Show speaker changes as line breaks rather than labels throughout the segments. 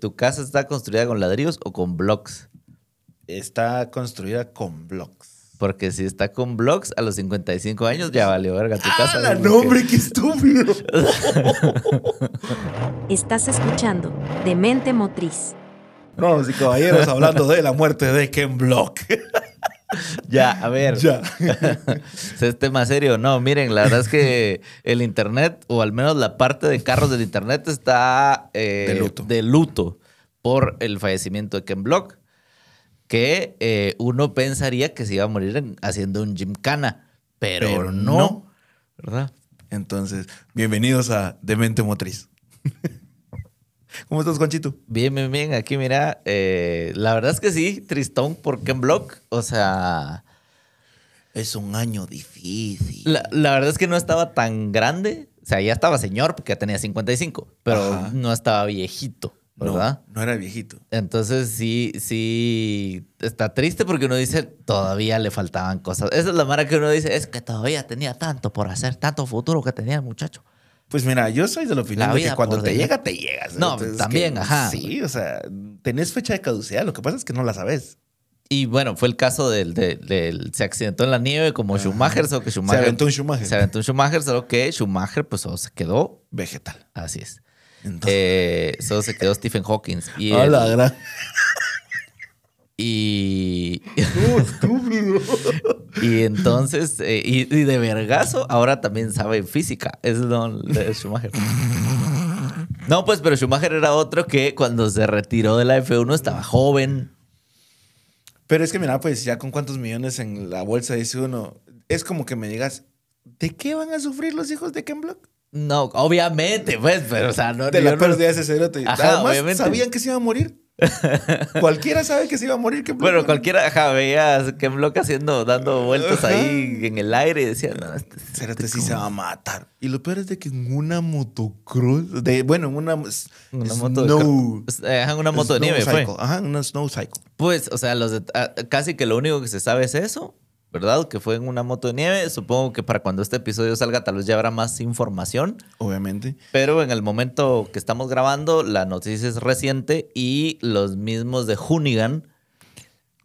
¿Tu casa está construida con ladrillos o con blocks?
Está construida con blocks.
Porque si está con blocks, a los 55 años ya valió verga tu casa. güey,
¡Hala, Ah, no,
porque-
hombre, qué estúpido!
Estás escuchando Demente Motriz.
No, y caballeros, hablando de la muerte de Ken Block.
Ya, a ver.
ya.
Si es tema serio, no, miren, la verdad es que el internet, o al menos la parte de carros del internet, está eh,
De luto.
de luto por el fallecimiento de Ken Block, que eh, uno pensaría que se iba a morir en- haciendo un gymkhana, pero,
Pero
no,
no.
¿verdad?
Entonces, bienvenidos a Demente Motriz. ¿Cómo estás, Juanchito?
Bien, bien, bien, aquí mira, eh, la verdad es que sí, tristón por Ken Block, o sea,
Es un año difícil.
La, la verdad es que no estaba tan grande. O sea, ya estaba señor porque ya tenía 55, pero
Ajá.
no estaba viejito, ¿verdad?
No, no era viejito.
Entonces sí, sí, está triste porque uno dice, todavía le faltaban cosas. Esa es la mara que uno dice, es que todavía tenía tanto por hacer, tanto futuro que tenía el muchacho.
Pues mira, yo soy de la opinión
La
de
vida
que cuando
por
te
delante.
llega, te llegas.
No,
Entonces,
también,
que-
ajá.
Sí, o sea, tenés fecha de caducidad, lo que pasa es que no la sabes.
Y bueno, fue el caso del, del- del- se accidentó en la nieve como Schumacher, solo que Schumacher...
Se aventó un Schumacher.
Se aventó un Schumacher, solo que Schumacher pues solo se quedó,
Vegetal.
así es.
Entonces,
Eh, solo se quedó Stephen Hawking. Eh, Y
a
el-
la gran...
Y,
¡Oh, estúpido!
y entonces, eh, y, y de vergazo, ahora también sabe física. Es lo de Schumacher. No, pues, pero Schumacher era otro que cuando se retiró de la F1 estaba joven.
Pero es que mira, pues ya con cuántos millones en la bolsa dice uno, es como que me digas, ¿de qué van a sufrir los hijos de Ken Block?
No, obviamente, pues, pero o sea, no.
De
yo
la
no-
pérdida de ese cerote.
Ajá,
Además,
obviamente.
sabían que se iba a morir. Cualquiera sabe que se iba a morir. Ken Block.
Bueno, cualquiera ajá, veía a Ken Block haciendo, dando vueltas ahí en el aire y decía, no, este-
Cerote sí se va a matar. Y lo peor es de que en una motocross, de, bueno, en una,
una moto de,
snow-
cr- pues, eh, ajá, una moto de
snow
nieve fue.
cycle. Ajá, una snow cycle.
Pues, o sea, los det- ah, casi que lo único que se sabe es eso, ¿verdad? Que fue en una moto de nieve. Supongo que para cuando este episodio salga tal vez ya habrá más información.
Obviamente.
Pero en el momento que estamos grabando, la noticia es reciente y los mismos de Hoonigan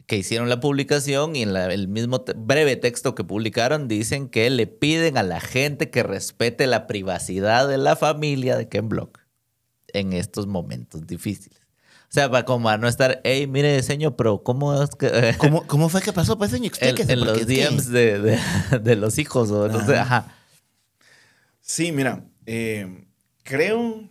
que hicieron la publicación y en la- el mismo te- breve texto que publicaron dicen que le piden a la gente que respete la privacidad de la familia de Ken Block en estos momentos difíciles. O sea, para como a no estar, hey, mire, señor, pero ¿cómo es que...?
¿Cómo, cómo fue que pasó? Pues,
en,
señor, explíquese,
en
porque
los
es que-
DMs de, de- de los hijos o no sé, ajá.
Sí, mira, eh, creo,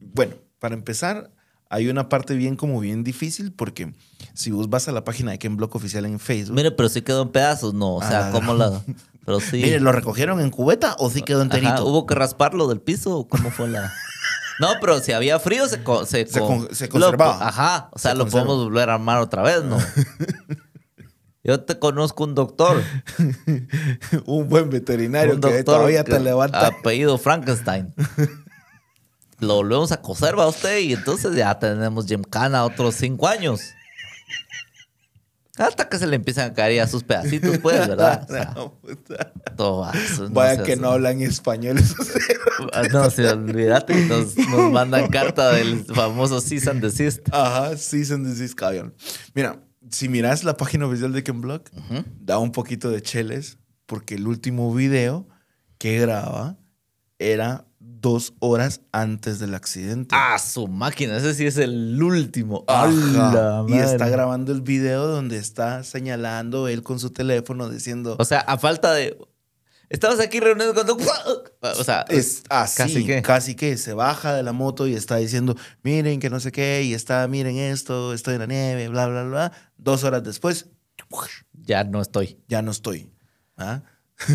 bueno, para empezar, hay una parte bien como bien difícil porque si vos vas a la página de Ken Block oficial en Facebook,
Mire, pero sí quedó en pedazos, ¿no? O sea,
Ah,
¿cómo la...? Pero sí...
mire, ¿lo recogieron en cubeta o sí quedó
Ajá,
enterito?
¿Hubo que rasparlo del piso o cómo fue la...? No, pero si había frío se, co- se,
Se
co-
con- se
lo-
conservaba.
ajá, o sea,
Se
lo
conserva.
podemos volver a armar otra vez, ¿no? Yo te conozco un doctor,
Un buen veterinario
un
que
doctor
todavía
que-
te levanta.
apellido Frankenstein. Lo volvemos a coser, va usted, y entonces ya tenemos Cana otros cinco años. Hasta que se le empiezan a caer ya sus pedacitos, pues, ¿verdad? O sea, todo va, eso, Pues no
Vaya
seas-
que no hablan español. esos
Ah, No, sí, olvídate. Nos, nos mandan carta del famoso cease and desist.
Ajá, sí, and desist, cabrón. Mira, si miras la página oficial de Ken Block, da un poquito de cheles, porque el último video que graba era dos horas antes del accidente.
Ah, su máquina. Ese sí es el último.
Ajá.
¡Ala
Y está
madre!
grabando el video donde está señalando él con su teléfono diciendo.
O sea, a falta de. Estamos aquí reunidos cuando. O sea,
Es así,
casi
casi
que.
que. se baja de la moto y está diciendo, miren que no sé qué, y está, miren esto, estoy en la nieve, bla, bla, bla. Dos horas después,
Ya no estoy.
ya no estoy. ¿Ah?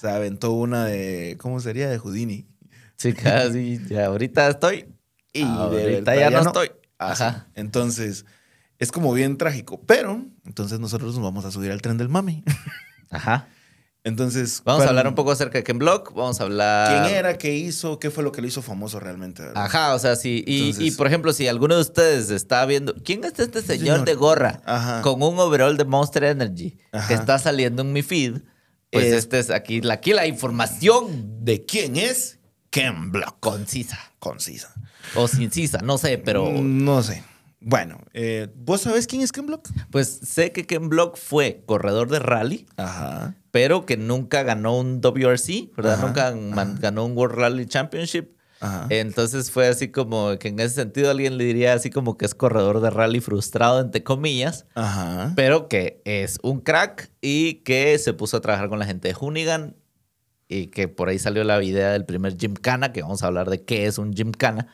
Se aventó una de, ¿cómo sería? De Houdini.
Sí, casi. Ya ahorita estoy.
Y de
ahorita
verdad
ya, no estoy.
Así.
Ajá.
Entonces, es como bien trágico. Pero, entonces nosotros nos vamos a subir al tren del mame.
Ajá.
Entonces,
Vamos
para-
a hablar un poco acerca de Ken Block. Vamos a hablar.
¿Quién era? ¿Qué hizo? ¿Qué fue lo que lo hizo famoso realmente? verdad?
Ajá, o sea, sí. Y,
Entonces-
y, por ejemplo, si alguno de ustedes está viendo, ¿quién es este señor,
Señor.
de gorra
Ajá.
con un overall de Monster Energy que
Ajá.
está saliendo en mi feed? Pues
Es-
este es aquí, la- aquí la información
¿De quién es? Ken Block.
concisa.
Concisa. Mm,
O sin sisa, no sé, pero
No sé. Bueno, eh, ¿vos sabés quién es Ken Block?
pues sé que Ken Block fue corredor de rally,
Ajá.
pero que nunca ganó un WRC, ¿verdad?
Ajá, Ah.
nunca man- ganó un World Rally Championship.
Ajá.
Eh, Entonces fue así como que en ese sentido alguien le diría así como que es corredor de rally frustrado, entre comillas,
Ajá.
pero que es un crack y que se puso a trabajar con la gente de Hoonigan y que por ahí salió la idea del primer Gymkhana, que vamos a hablar de qué es un Gymkhana.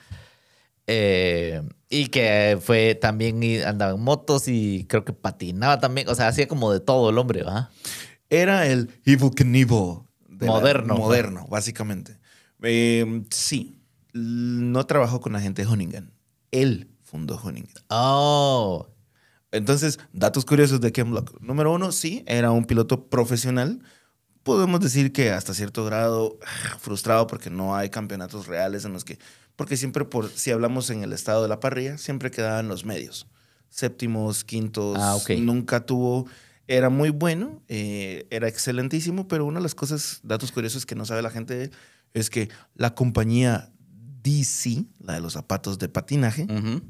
Eh, y que fue también y andaba en motos y creo que patinaba también, o sea, hacía como de todo el hombre, ¿verdad?
Era el Evil Knievel. de la-
Moderno. pues.
moderno, básicamente. Eh, sí, l- no trabajó con la gente de Honingan. Él fundó Honingan.
Oh,
Entonces, datos curiosos de Ken Block. Número uno, sí, era un piloto profesional. Podemos decir que hasta cierto grado ah, frustrado porque no hay campeonatos reales en los que... Porque siempre, por, si hablamos en el estado de la parrilla, siempre quedaban los medios. Séptimos, quintos,
Ah, ok.
nunca tuvo... Era muy bueno, eh, era excelentísimo, pero una de las cosas, datos curiosos que no sabe la gente de él, es que la compañía DC, la de los zapatos de patinaje,
ujú.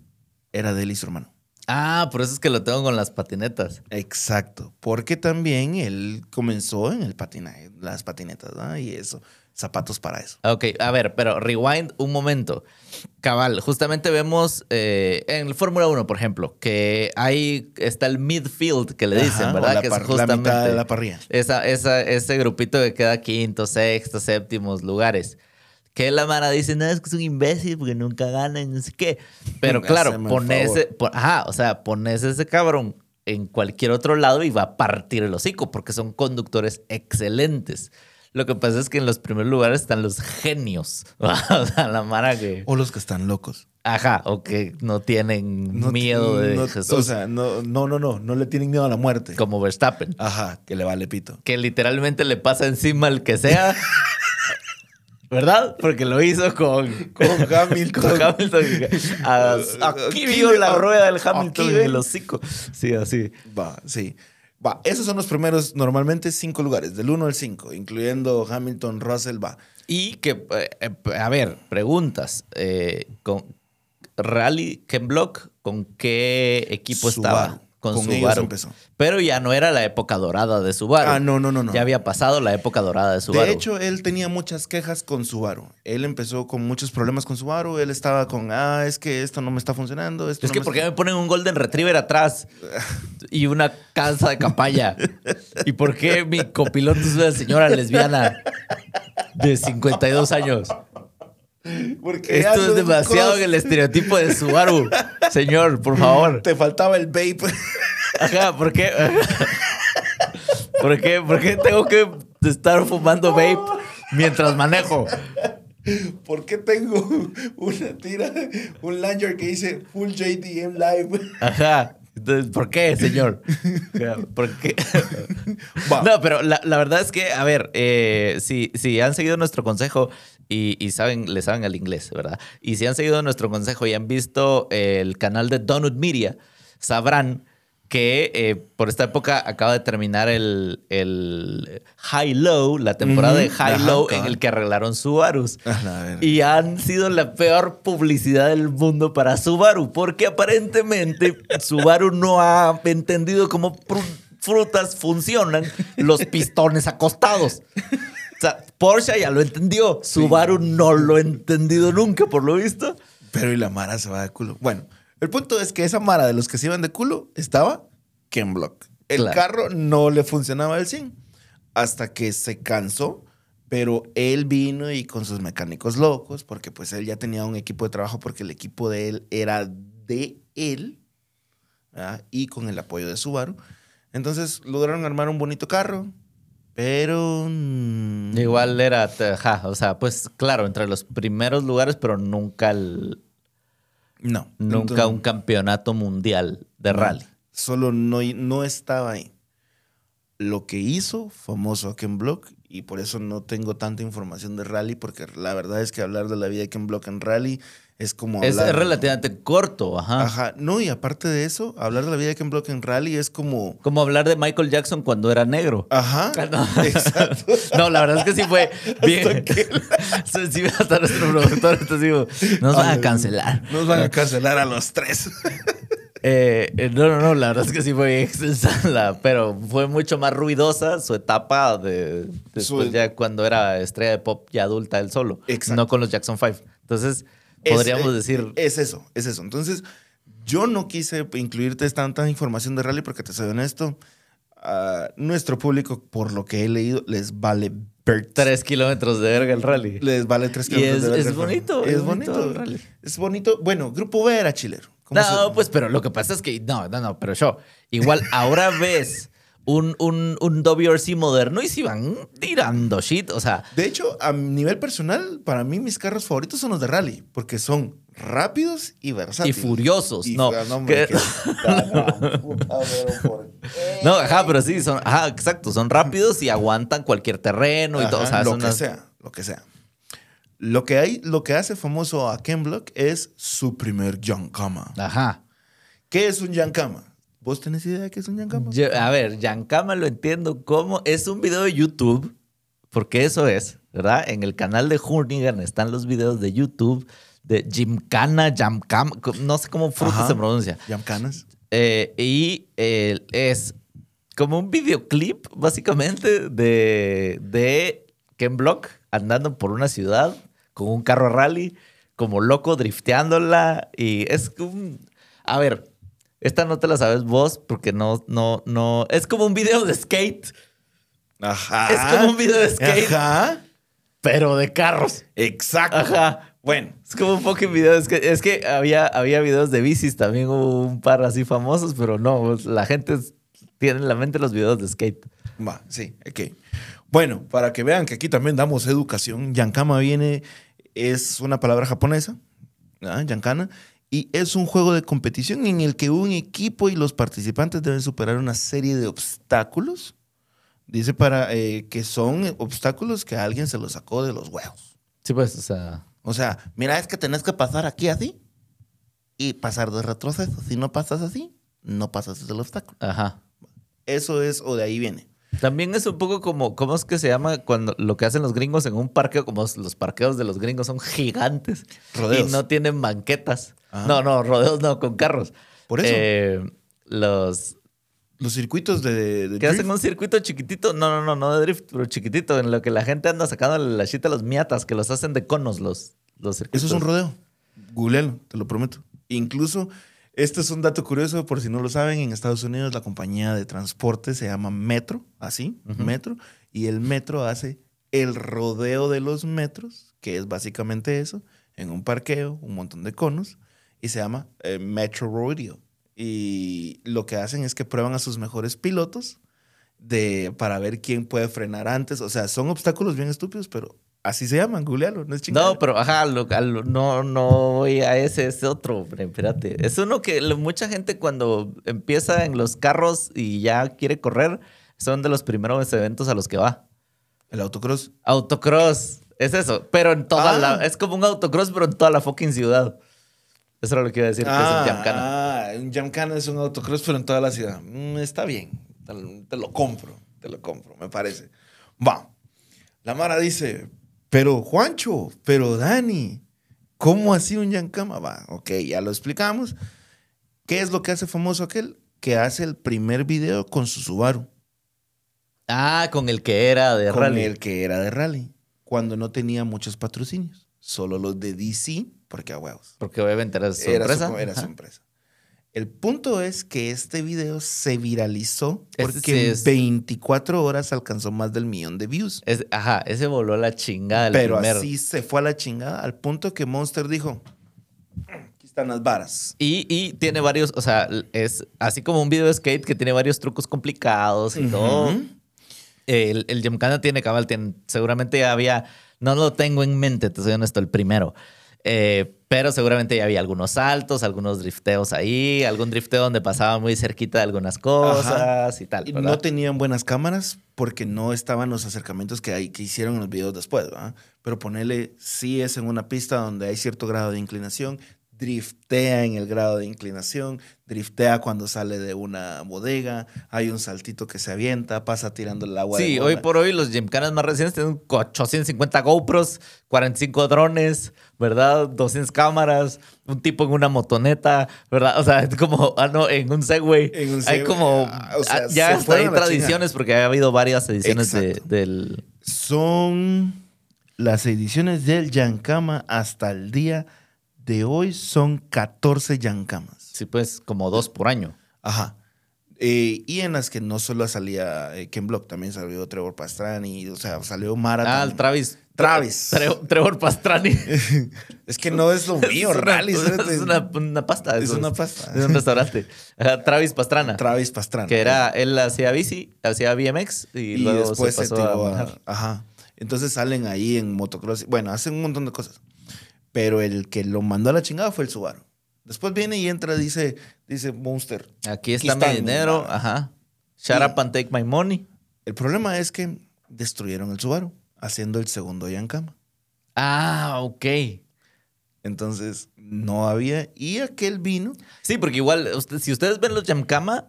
era de él y su hermano.
ah, por eso es que lo tengo con las patinetas.
Exacto, porque también él comenzó en el patinaje, las patinetas, ¿no? Y eso, zapatos para eso.
Ok, a ver, pero rewind un momento. Cabal, justamente vemos eh, en el Fórmula 1, por ejemplo, que ahí está el midfield que le dicen,
Ajá, o
¿verdad?
la
que
par- la mitad de la parrilla.
esa- esa- ese grupito que queda quinto, sexto, séptimos lugares. Que la Mara dice, no, es que es un imbécil porque nunca gana y no sé qué. Pero claro,
Haceme el
pones,
favor.
po- ajá, o sea, pones ese cabrón en cualquier otro lado y va a partir el hocico porque son conductores excelentes. Lo que pasa es que en los primeros lugares están los genios. o sea, la Mara que...
O los que están locos.
Ajá, o que no tienen
No-
miedo de
no-
Jesús,
O sea, no, no, no, no, no le tienen miedo a la muerte.
como Verstappen.
Ajá, que le vale pito.
que literalmente le pasa encima al que sea. ¿Verdad? Porque lo hizo con,
Con Hamilton.
con Hamilton. A- aquí vio la rueda del Hamilton
Aquí
en
ven.
el hocico. Sí, así.
Va, sí. Va, esos son los primeros, normalmente cinco lugares, del 1 al 5, incluyendo Hamilton, Russell, va.
Y que, eh, eh, a ver, preguntas. Eh, con Rally Ken Block, ¿con qué equipo
Subaru.
estaba? Con,
Con ellos
Subaru.
empezó.
Pero ya no era la época dorada de Subaru.
Ah, no, no, no, no.
Ya había pasado la época dorada de Subaru.
De hecho, él tenía muchas quejas con Subaru. Él empezó con muchos problemas con Subaru. Él estaba con, ah, es que esto no me está funcionando. Esto
Es
no
que
me
¿por qué
está-".
me ponen un Golden Retriever atrás y una casa de campaña? ¿Y por qué mi copiloto es una señora lesbiana de 52 años?
Porque
Esto
haces
es demasiado
cosas-
en el estereotipo de Subaru. Señor, por favor.
Te faltaba el vape.
Ajá, ¿por qué? ¿Por qué? ¿Por qué tengo que estar fumando vape mientras manejo?
¿Por qué tengo una tira, un lanyard que dice Full JDM Live?
Ajá. Entonces, ¿por qué, señor? ¿Por qué?
Va.
No, pero la, la verdad es que, a ver, eh, si, si han seguido nuestro consejo y, y saben, le saben al inglés, ¿verdad? Y si han seguido nuestro consejo y han visto el canal de Donut Media, sabrán que eh, por esta época acaba de terminar el, el High Low, la temporada de
Ujú,
High
ajá,
Low, en
cabal.
el que arreglaron Subarus.
A la verga.
Y han sido la peor publicidad del mundo para Subaru, porque aparentemente Subaru no ha entendido cómo pru- frutas funcionan los pistones acostados. O sea, Porsche ya lo entendió, Subaru no lo ha entendido nunca, por lo visto.
Pero y la Mara se va de culo. Bueno, el punto es que esa Mara de los que se iban de culo estaba Ken Block. El
Claro.
carro no le funcionaba al 100 hasta que se cansó, pero él vino y con sus mecánicos locos, porque pues él ya tenía un equipo de trabajo, porque el equipo de él era de él, ¿verdad? y con el apoyo de Subaru. Entonces lograron armar un bonito carro, pero... mm,
Igual era, ajá, o sea, pues claro, entre los primeros lugares, pero nunca, el-
No.
nunca
Entonces-
un campeonato mundial de
No,
rally.
Solo no, no estaba ahí. Lo que hizo famoso a Ken Block, y por eso no tengo tanta información de rally, porque la verdad es que hablar de la vida de Ken Block en rally Es como
Es ah.
hablar-
relativamente corto, ajá.
Ajá. No, y aparte de eso, hablar de la vida de Ken Block en rally es como...
Como hablar de Michael Jackson cuando era negro.
Ajá.
Ah,
Exacto.
No, la verdad es que sí fue bien. Sí, sí, hasta nuestro productor entonces digo, nos van a cancelar.
Nos van a cancelar a los tres.
Eh, eh, no, no, no, la verdad es que sí fue bien extensa, la- pero fue mucho más ruidosa su etapa de después
Su-
ya cuando era estrella de pop ya adulta él solo,
Exacto.
no con los Jackson 5. Entonces,
Es-
podríamos
eh,
decir,
Es eso, es eso. Entonces, yo no quise incluirte tanta información de rally porque te soy honesto. a nuestro público, por lo que he leído, les vale ver
tres kilómetros de verga el rally.
Les vale tres
Y
kilómetros
es-
de verga
es
el rally.
bonito,
Es
es bonito
bonito.
el rally.
Es bonito. Bueno, Grupo B era chilero. ¿Cómo
No,
se-
pues, pero lo que pasa es que, no, no, no, pero yo, igual ahora ves un, un, un WRC moderno y si van tirando shit, o sea,
De hecho, a nivel personal, para mí mis carros favoritos son los de rally porque son rápidos y
y
versátiles.
furiosos,
Y-
no.
hombre,
que-
que- Ah, puta, pero ¿por qué?
No, ajá, pero sí, son, ajá, exacto, son rápidos y aguantan cualquier terreno y todo. o
Ajá,
sea,
lo
son
que
unas-
sea, lo que sea. Lo que, hay, lo que hace famoso a Ken Block es su primer Yankama.
Ajá.
¿Qué es un Yankama? ¿Vos tenés idea de qué es un Yankama?
Yo- a ver, Yankama lo entiendo como es un video de YouTube, porque eso es, ¿verdad? En el canal de Hoonigan están los videos de YouTube de Gymkhana, Yamkama, no sé cómo fruta
Ajá.
se pronuncia.
Yamkanas.
Eh, y eh, es como un videoclip, básicamente, de, de Ken Block andando por una ciudad con un carro rally, como loco, drifteándola. Y es un. A ver, esta no te la sabes vos porque no, no, no. Es como un video de skate,
Ajá.
Es como un video de skate.
Ajá.
pero de carros.
Exacto.
Ajá.
Bueno.
Es como un fucking video. Es que, es que había, había videos de bicis también, hubo un par así famosos, pero no, la gente es- tiene en la mente los videos de skate.
Va, sí, ok. Bueno, para que vean que aquí también damos educación, Yankama viene, es una palabra japonesa, ¿ah? Yankana, y es un juego de competición en el que un equipo y los participantes deben superar una serie de obstáculos. Dice para eh, que son obstáculos que alguien se los sacó de los huevos.
Sí, pues, o sea.
O sea, mira, es que tenés que pasar aquí así y pasar de retroceso. Si no pasas así, no pasas el obstáculo.
Ajá.
Eso es, o de ahí viene.
También es un poco como, ¿cómo es que se llama cuando lo que hacen los gringos en un parqueo? Como los parqueos de los gringos son gigantes
Rodeos.
y no tienen banquetas.
Ajá.
No, no, rodeos no, con carros.
Por eso.
Eh, los
Los circuitos de, de
que
drift.
hacen un circuito chiquitito, no, no, no, no de drift, pero chiquitito, en lo que la gente anda sacando la chita a los miatas, que los hacen de conos los, los circuitos.
Eso es un rodeo. Googlealo, te lo prometo. Incluso, este es un dato curioso, por si no lo saben, en Estados Unidos la compañía de transporte se llama Metro, así, Metro, y el Metro hace el rodeo de los metros, que es básicamente eso, en un parqueo, un montón de conos, y se llama eh, Metro Rodeo. Y lo que hacen es que prueban a sus mejores pilotos de, para ver quién puede frenar antes. O sea, son obstáculos bien estúpidos, pero así se llaman, googlealo, no es chingada.
No, pero ajá, lo- a lo- no, no voy a ese, es otro, hombre, espérate. Es uno que lo- mucha gente cuando empieza en los carros y ya quiere correr, son de los primeros eventos a los que va.
El autocross.
Autocross, es eso, pero en toda
Ah.
la, es como un autocross, pero en toda la fucking ciudad. Eso era lo que iba a decir, que es
Ah,
en Tiamcana.
ah, un Giamcana es un autocross, pero en toda la ciudad. Mm, está bien. Te lo, te lo compro. Te lo compro, me parece. Va. La Mara dice, pero Juancho, pero Dani, ¿cómo así un Yankama? Va, ok, ya lo explicamos. ¿Qué es lo que hace famoso aquel? Que hace el primer video con su Subaru.
Ah, con el que era de
con
rally.
el que era de rally. Cuando no tenía muchos patrocinios. Solo los de DC, porque a huevos.
Porque obviamente era su
Era su-
empresa.
Era su,
Ajá.
empresa. El punto es que este video se viralizó
Este
porque
sí es-
en 24 horas alcanzó más del millón de views.
Es- ajá, ese voló la chingada del
Pero
primer.
así se fue a la chingada al punto que Monster dijo, "Mm, aquí están las varas.
Y, y tiene varios, o sea, es así como un video de skate que tiene varios trucos complicados y todo.
Ujú.
El, el Gymkhana tiene cabal, tiene- seguramente ya había, no lo tengo en mente, te soy honesto, el primero. Eh, pero seguramente ya había algunos saltos, algunos drifteos ahí, algún drifteo donde pasaba muy cerquita de algunas cosas y tal.
Y
¿verdad?
No tenían buenas cámaras porque no estaban los acercamientos que, hay, que hicieron en los videos después, ¿verdad? Pero ponerle sí es en una pista donde hay cierto grado de inclinación, driftea en el grado de inclinación, driftea cuando sale de una bodega, hay un saltito que se avienta, pasa tirando el agua. de
Sí,
bola.
hoy por hoy los gymkhanas más recientes tienen 850 GoPros, 45 drones, ¿verdad? 200 cámaras, un tipo en una motoneta, ¿verdad? O sea, es como, ah, no, en un Segway.
En un
Hay
Segway,
como,
ah, o sea,
ah,
se
ya hasta
fueron
hay
a la
tradiciones porque ha habido varias ediciones de-
Exacto.
del...
Son las ediciones del Yankama hasta el día de hoy son 14 Yankamas.
Sí, pues, como dos por año.
Ajá. Eh, y en las que no solo salía eh, Ken Block, también salió Trevor Pastrani, o sea, salió Mara.
Ah, el
también.
Travis.
Travis.
Tre- Trevor Pastrani.
es que no es lo mío,
Es una-
Rally.
Es una, una pasta.
es
eso
una pasta.
Es un restaurante. Ajá, Travis Pastrana.
Travis Pastrani.
Que era, él hacía bici, hacía BMX y,
Ah, Y,
luego
después
se
se,
pasó
tiró
a
a-
manejar.
Ajá. Entonces salen ahí en motocross. Bueno, hacen un montón de cosas. Pero el que lo mandó a la chingada fue el Subaru. Después viene y entra, dice, dice Monster.
Aquí está
está
mi
mi
dinero,
dinero.
ajá. Shut
Sí.
up and take my money.
El problema es que destruyeron el Subaru, haciendo el segundo Yankama.
Ah, ok.
Entonces, no había. Y aquel vino.
Sí, porque igual, usted- si ustedes ven los Yamkama,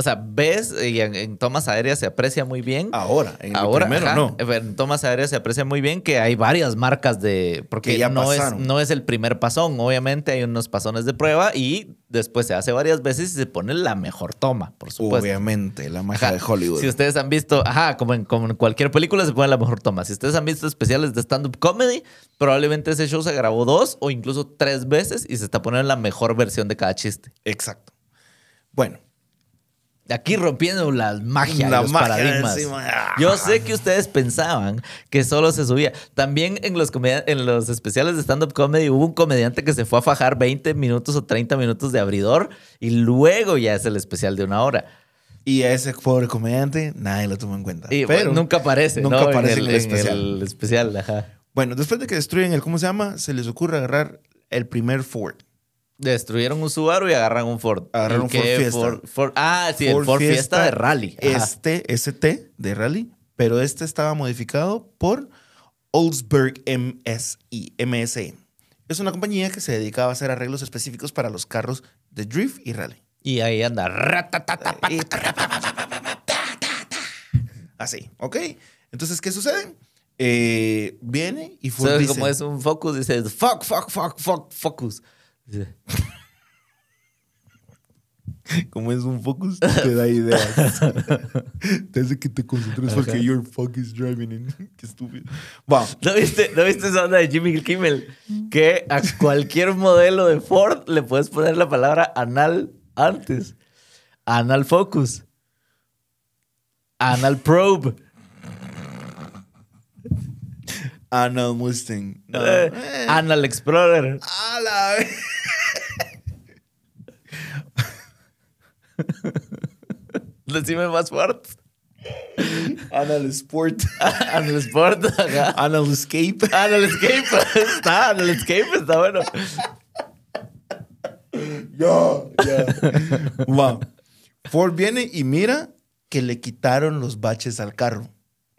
o sea, ves eh, y en, en tomas aéreas se aprecia muy bien.
Ahora, Ah, en el
Ahora,
primero
ajá,
no.
en tomas aéreas se aprecia muy bien que hay varias marcas de. Porque
Que ya
no, es,
pasaron.
no es el primer pasón. Obviamente hay unos pasones de prueba y después se hace varias veces y se pone la mejor toma, por supuesto.
Obviamente, la magia
Ajá.
de Hollywood.
Si ustedes han visto, ajá, como en, como en cualquier película se pone la mejor toma. Si ustedes han visto especiales de stand-up comedy, probablemente ese show se grabó dos o incluso tres veces y se está poniendo la mejor versión de cada chiste.
Exacto. Bueno,
Aquí rompiendo las magias,
La
los
magia
paradigmas.
encima. Ah.
Yo sé que ustedes pensaban que solo se subía. También en los, comedia- en los especiales de stand-up comedy hubo un comediante que se fue a fajar 20 minutos o 30 minutos de abridor y luego ya es el especial de una hora.
y a ese pobre comediante, nadie lo tomó en cuenta.
Y
Pero
bueno, nunca aparece.
nunca
¿no?
aparece en el especial.
el especial, ajá.
Bueno, después de que destruyen el, ¿cómo se llama? Se les ocurre agarrar el primer Ford.
Destruyeron un Subaru y agarran un Ford.
Agarraron
El
un Ford Fiesta.
Ford- Ford- ah, sí, el Ford Fiesta, de rally. Ajá.
Este ST de rally, pero este estaba modificado por Oldsberg MSI. MSI. Es una compañía que se dedicaba a hacer arreglos específicos para los carros de drift y rally.
Y ahí anda. ratatata, pa-
Y- Así, ¿ok? Entonces, ¿qué sucede? Eh, viene y Ford
¿Sabes
dice,
cómo es un Focus? Dice, fuck, fuck, fuck, fuck, Focus. Dice,
como es un focus, te da ideas. te hace que te concentres porque your focus driving in. Qué estúpido. Bueno,
¿No viste, ¿No viste esa onda de Jimmy Kimmel? Que a cualquier modelo de Ford le puedes poner la palabra anal antes. Anal Focus. Anal Probe.
Anal Mustang. No.
eh, anal Explorer.
A la vez.
Decime más fuerte.
Anal Sport.
Anal Sport. ajá.
Anal Escape.
Anal Escape. Está, Anal Escape está bueno.
Ya, ya. Wow. Ford viene y mira que le quitaron los baches al carro.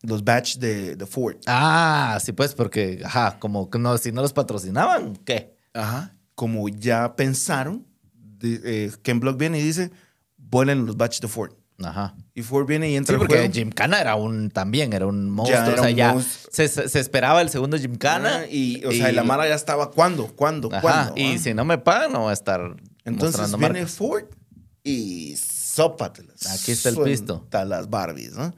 Los batch de, de Ford.
Ah, sí, pues, porque, ajá, como que no, si no los patrocinaban, ¿qué?
Ajá. Como ya pensaron, de- eh, Ken Block viene y dice, vuelen los batches de Ford.
Ajá.
Y Ford viene y entra
Sí,
al
porque
juego.
Jim Cana era un también, era un monstruo.
era
o sea,
un
ya
monstruo.
se, se- se esperaba el segundo Jim Cana.
Ah, y, o sea, la mara ya estaba, ¿cuándo? ¿Cuándo?
Ajá,
¿Cuándo?
y
ah?
si no me pagan, no voy a estar
Entonces
mostrando
viene
marcas.
Ford y sópatelas.
Aquí está el pisto.
Suelta las Barbies, ¿no?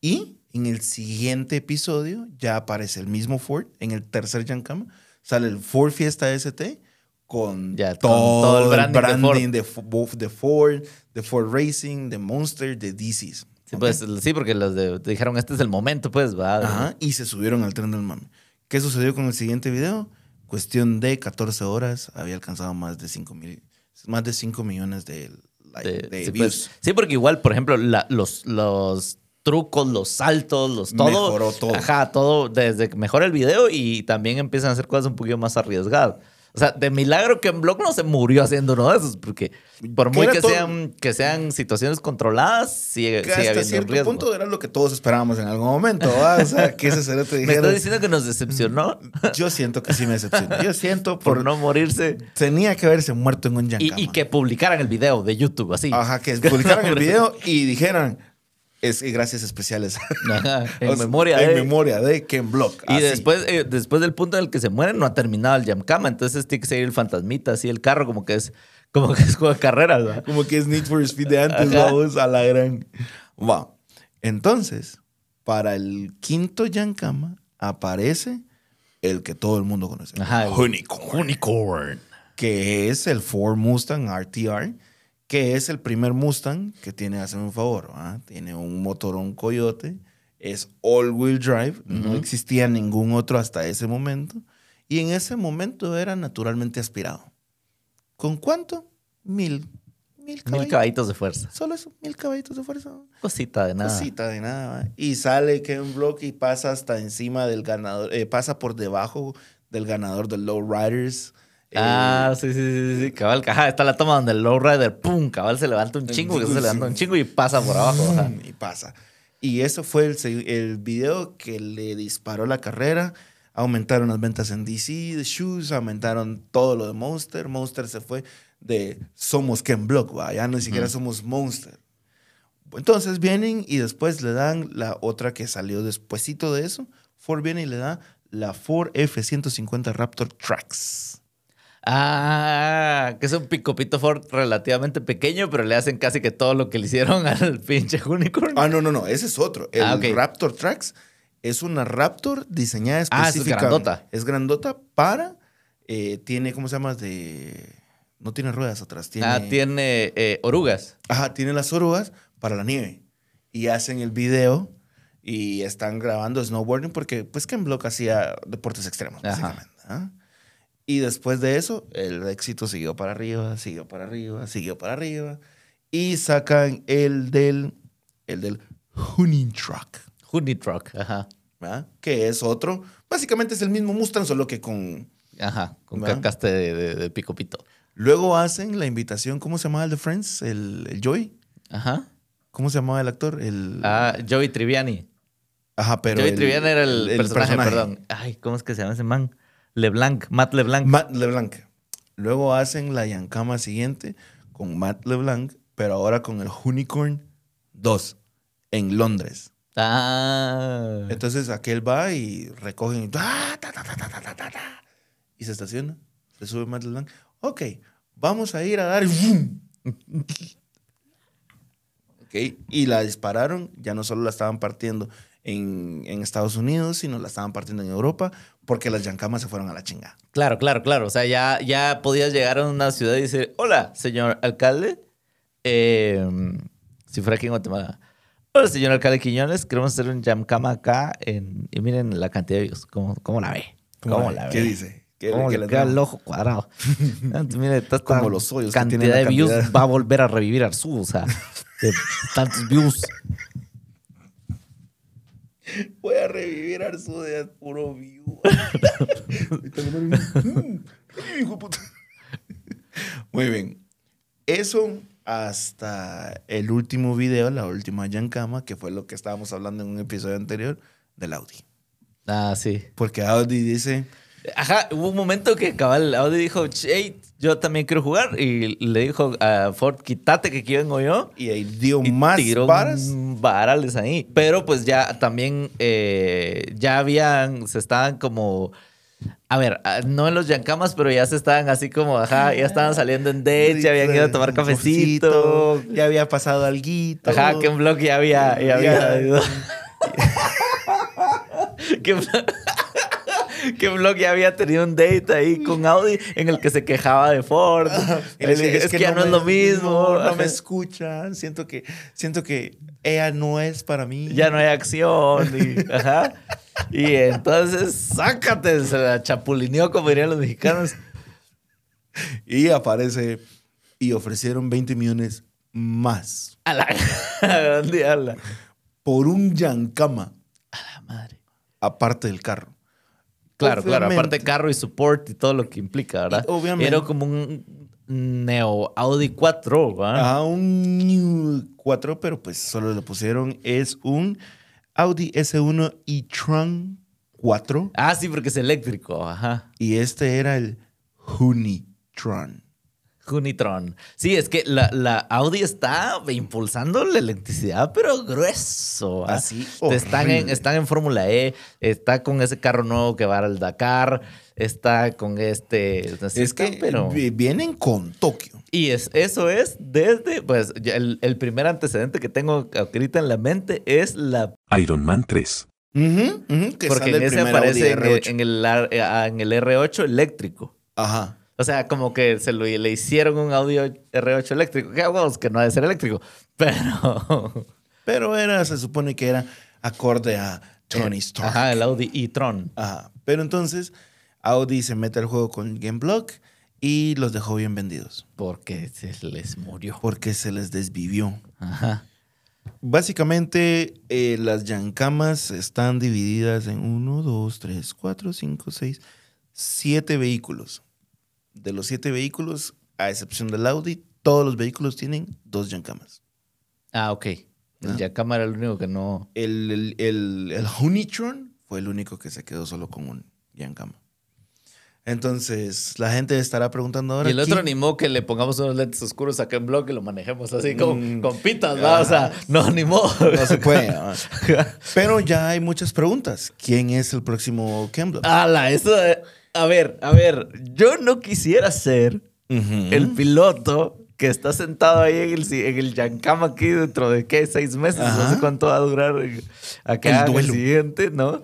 Y en el siguiente episodio ya aparece el mismo Ford, en el tercer Yankama, sale el Ford Fiesta ST con,
Ya, con
todo,
todo el
el
branding de
branding de Fo- both de Ford, de Ford Racing, de Monster, de DC's.
Sí, pues, sí, porque los de, dijeron, este es el momento, pues, va.
Ajá, y se subieron al tren del mame. ¿Qué sucedió con el siguiente video? Cuestión de 14 horas, había alcanzado más de 5, mil, más de 5 millones de, like,
de-
de
sí,
views.
pues. Sí, porque igual, por ejemplo, la- los, los trucos, los saltos, los todo.
Mejoró todo.
Ajá, todo desde que mejora el video y también empiezan a hacer cosas un poquito más arriesgadas. O sea, de milagro que en Block no se murió haciendo uno de esos, porque por
Que
muy
era
que
todo-
sean, que sean situaciones controladas, sigue,
Que
sigue
hasta
habiendo un
cierto
riesgo.
punto era lo que todos esperábamos en algún momento, ¿va? O sea, que ese cerote
Me
dijera...
estás diciendo que nos decepcionó
Yo siento que sí me decepcioné. Yo siento mm, por...
por no morirse
Tenía que haberse muerto en un
y,
yankama.
y que publicaran el video de YouTube, así.
Ajá, que publicaran el video y dijeran... Es, y gracias especiales.
Ajá, en
O sea,
memoria
En
de-
memoria de Ken Block.
Y
así.
después, eh, después del punto en el que se mueren, no ha terminado el Yamkama. Entonces tiene que seguir el fantasmita, así el carro, como que es, como que es juego de carreras, ¿verdad?
Como que es Need for Speed de antes,
Ajá.
vamos a la gran. Va. Entonces, para el quinto Yankama aparece el que todo el mundo conoce.
Ajá, el-
Unicorn. Que es el Ford Mustang RTR, que es el primer Mustang que tiene, hazme un favor, ¿va? tiene un motorón coyote, es all-wheel drive, no existía ningún otro hasta ese momento, y en ese momento era naturalmente aspirado. ¿Con cuánto? Mil. Mil caballos.
Mil caballitos de fuerza.
Solo eso, mil caballitos de fuerza.
Cosita de nada.
Cosita de nada. ¿va? Y sale Ken Block y pasa hasta encima del ganador, eh, pasa por debajo del ganador de Low Riders. eh,
Ah, sí, sí, sí, sí, sí, cabal. Ajá, está la toma donde el lowrider, pum, cabal, se levanta un chingo, que se levanta un chingo y pasa por abajo. ajá.
Mm, y pasa. Y eso fue el, se- el video que le disparó la carrera. Aumentaron las ventas en DC, de Shoes, aumentaron todo lo de Monster. Monster se fue de somos Ken Block, ¿va? ya ni siquiera somos Monster. Entonces vienen y después le dan la otra que salió despuesito de eso. Ford viene y le da la Ford F-150 Raptor Tracks.
Ah, que es un picopito Ford relativamente pequeño, pero le hacen casi que todo lo que le hicieron al pinche unicorn.
Ah, no, no, no, ese es otro. El
Ah, ok.
Raptor Trax es una Raptor diseñada
Ah, es
específicamente.
grandota.
Es grandota para. eh, tiene, ¿cómo se llama? De. No tiene ruedas atrás. Tiene,
Ah, tiene eh, orugas.
Ajá, tiene las orugas para la nieve. Y hacen el video y están grabando snowboarding porque, pues, Ken Block hacía deportes extremos,
Ajá.
básicamente. ¿ah? Y después de eso, el éxito siguió para arriba, siguió para arriba, siguió para arriba. Y sacan el del. El del Hunting Truck.
Honey Truck, ajá.
¿verdad? Que es otro. Básicamente es el mismo Mustang, solo que con.
Ajá, con
¿Va?
cacaste de, de, de picopito.
Luego hacen la invitación, ¿cómo se llamaba el de Friends? El, el Joey.
Ajá.
¿Cómo se llamaba el actor? El.
Ah, Joey Triviani.
Ajá, pero.
Joey
el-
Triviani era el,
el
personaje, perdón. Ay, ¿cómo es que se llama ese man? LeBlanc, Matt LeBlanc.
Matt LeBlanc. Luego hacen la Yankama siguiente con Matt LeBlanc, pero ahora con el Unicorn 2 en Londres.
ah.
Entonces aquel va y recogen y, ta, ta, ta, ta, ta, ta, ta, ta, ta, y se estaciona. Se sube Matt LeBlanc. Ok, vamos a ir a dar. y ¡vum! Ok, y la dispararon. Ya no solo la estaban partiendo en, en Estados Unidos, sino la estaban partiendo en Europa porque las Yankamas se fueron a la chingada.
Claro, claro, claro. O sea, ya, ya podías llegar a una ciudad y decir, hola, señor alcalde. Eh, si fuera aquí en Guatemala. Hola, señor alcalde Quiñones. Queremos hacer un jamcama acá. En, y miren la cantidad de views. ¿Cómo, cómo la ve? ¿Cómo, la ve?
¿Qué dice? ¿Qué-
¿Cómo
qué
le
le
queda
da?
el ojo cuadrado? Entonces, mira, esta
Como los hoyos que
cantidad
tienen la
de views
cantidad.
va a volver a revivir al sur, o sea, de tantos views.
Voy a revivir Arzu de puro view. Hijo de puta. Muy bien. Eso hasta el último video, la última Yankama, que fue lo que estábamos hablando en un episodio anterior del Audi.
Ah, sí.
Porque Audi dice,
Ajá, hubo un momento que cabal Audi dijo, hey, yo también quiero jugar. Y le dijo a Ford, quítate que aquí vengo yo.
y ahí dio
Y
más
tiró
varas.
un varales ahí. Pero pues ya también, eh, ya habían, se estaban como... A ver, ah, no en los Yankamas, pero ya se estaban así como, ajá, ya estaban saliendo en date, ya habían ido a tomar cafecito.
Ya había pasado alguito.
Ajá, que un blog ya había, ya había
Ya.
ido. que, que Block ya había tenido un date ahí con Audi en el que se quejaba de Ford.
Y
Y le
le decía,
dije, es, que, ya no, es
me-
lo mismo.
No, no me
Ajá.
escuchan. Siento que, siento que ella no es para mí.
ya no hay acción. Y, ajá. y entonces, sácate, se la chapulineó como dirían los mexicanos.
Y aparece y ofrecieron 20 millones más
A la gran diabla.
por un yancama,
La madre.
aparte del carro.
Claro, claro.
Obviamente.
Aparte carro y support y todo lo que implica, ¿verdad?
Y obviamente.
Era como un Neo Audi 4, ¿verdad?
A un New 4, pero pues solo le pusieron es un Audi S1 e-tron 4
Ah, sí, porque es eléctrico. Ajá.
y este era el Hunitron.
Junitron. Sí, es que la, la Audi está impulsando la electricidad, pero grueso. ¿ah?
Así,
Están en,
horrible.
están en Fórmula E, está con ese carro nuevo que va al Dakar, está con este. así
es que
están, pero-
vi- vienen con Tokio.
Y es, eso es desde, pues, ya el, el primer antecedente que tengo ahorita en la mente es la...
Iron Man 3.
Ujú, ujú, que
porque
sale
en
el
ese
primer Audi
aparece en el,
R8.
en el ar- eh, en el R8 eléctrico.
Ajá.
O sea, como que se lo, le hicieron un audio R8 eléctrico. Que huevos, que no ha de ser eléctrico. Pero...
Pero era, se supone que era acorde a Tony Stark.
Eh, Ajá, el Audi e-tron.
Ajá. Pero entonces Audi se mete al juego con Game Block y los dejó bien vendidos
Porque se les murió.
porque se les desvivió.
Ajá.
Básicamente, eh, las yancamas están divididas en 1, 2, 3, 4, 5, 6, 7 vehículos. De los 7 vehículos, a excepción del Audi, todos los vehículos tienen dos yancamas.
Ah, ok. El
Ah.
Yakama era el único que no...
El, el, el, el Honeytron fue el único que se quedó solo con un yancama. Entonces, la gente estará preguntando ahora.
y el otro
¿quién-
animó que le pongamos unos lentes oscuros acá en bloque y lo manejemos así como
Mm. Ah.
con pitas, ¿va? O sea, no animó.
No se puede. ¿no? Pero ya hay muchas preguntas. ¿Quién es el próximo Kembla?
Ala, eso. eh, A ver, a ver. Yo no quisiera ser
Mm.
el piloto que está sentado ahí en el, si- en el Yankama aquí dentro de qué, seis meses, no
Ajá.
sé cuánto va a durar eh, acá
El
el,
duelo.
siguiente, ¿no?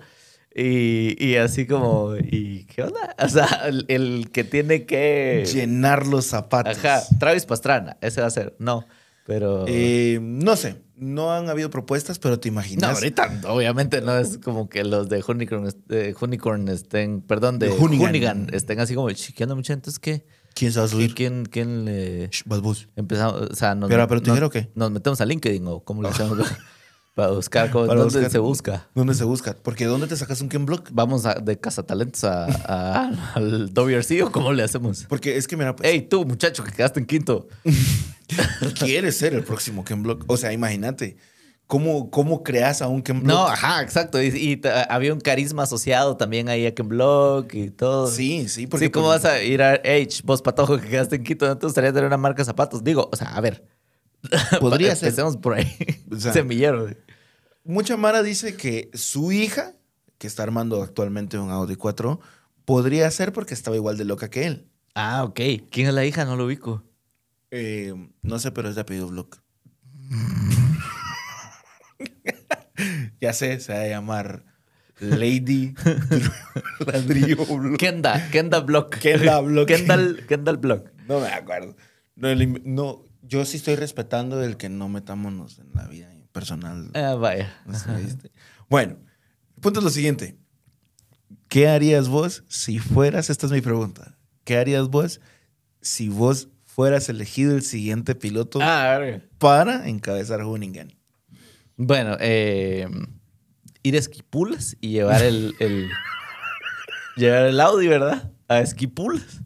Y, y así como, ¿y qué onda? O sea, el, el que tiene que.
Llenar los zapatos.
Ajá, Travis Pastrana, ese va a ser. No, pero.
Eh, no sé, no han habido propuestas, pero te
No,
imaginas.
ahorita obviamente no es como que los de Unicorn, est- eh, Unicorn estén, perdón, de,
De Hoonigan.
Hoonigan estén así como, "Chi, ¿qué onda mucha gente? Es que,
¿Quién se va a
¿y
subir?
quién, quién le
Shh, vas vos.
empezamos? O sea, nos,
Pero, pero,
nos-
¿tijera o qué?
Nos metemos a LinkedIn o cómo lo hacemos para buscar, cómo,
Oh. Para
dónde
buscar-
se busca.
¿Dónde se busca? Porque ¿dónde te sacas un Ken Block?
Vamos a, de cazatalentos a, a- al WRC o cómo le hacemos.
Porque es que, mira, pues,
Ey, tú, muchacho, que quedaste en quinto.
quieres ser el próximo Ken Block. O sea, imagínate, ¿cómo, cómo creas a un Ken Block?
No, ah, ajá, exacto. Y, y ta- había un carisma asociado también ahí a Ken Block y todo.
Sí, sí, porque.
Sí, ¿cómo
pues,
vas a ir a H, vos patojo que quedaste en Quito? No te gustaría tener una marca de zapatos. Digo, o sea, a ver.
Podría ser.
Empecemos por ahí.
O sea,
Semillero.
Mucha Mara dice que su hija, que está armando actualmente un Audi 4, podría ser porque estaba igual de loca que él.
Ah, ok. ¿Quién es la hija? No lo ubico.
Eh, no sé, pero es de apellido Block. ya sé, se va a llamar Lady Ladrillo Block.
Kenda, Kenda Block.
Kenda Block.
Kendall, Kendall Block.
No me acuerdo. No, el im- no, yo sí estoy respetando el que no metámonos en la vida personal.
Ah, vaya.
¿Viste? Bueno, el punto es lo siguiente. ¿Qué harías vos si fueras, esta es mi pregunta, ¿qué harías vos si vos fueras elegido el siguiente piloto
Ah, verga.
para encabezar Huningan?
Bueno, eh, ir a Esquipulas y llevar el, el- llevar el Audi, ¿verdad? A Esquipulas.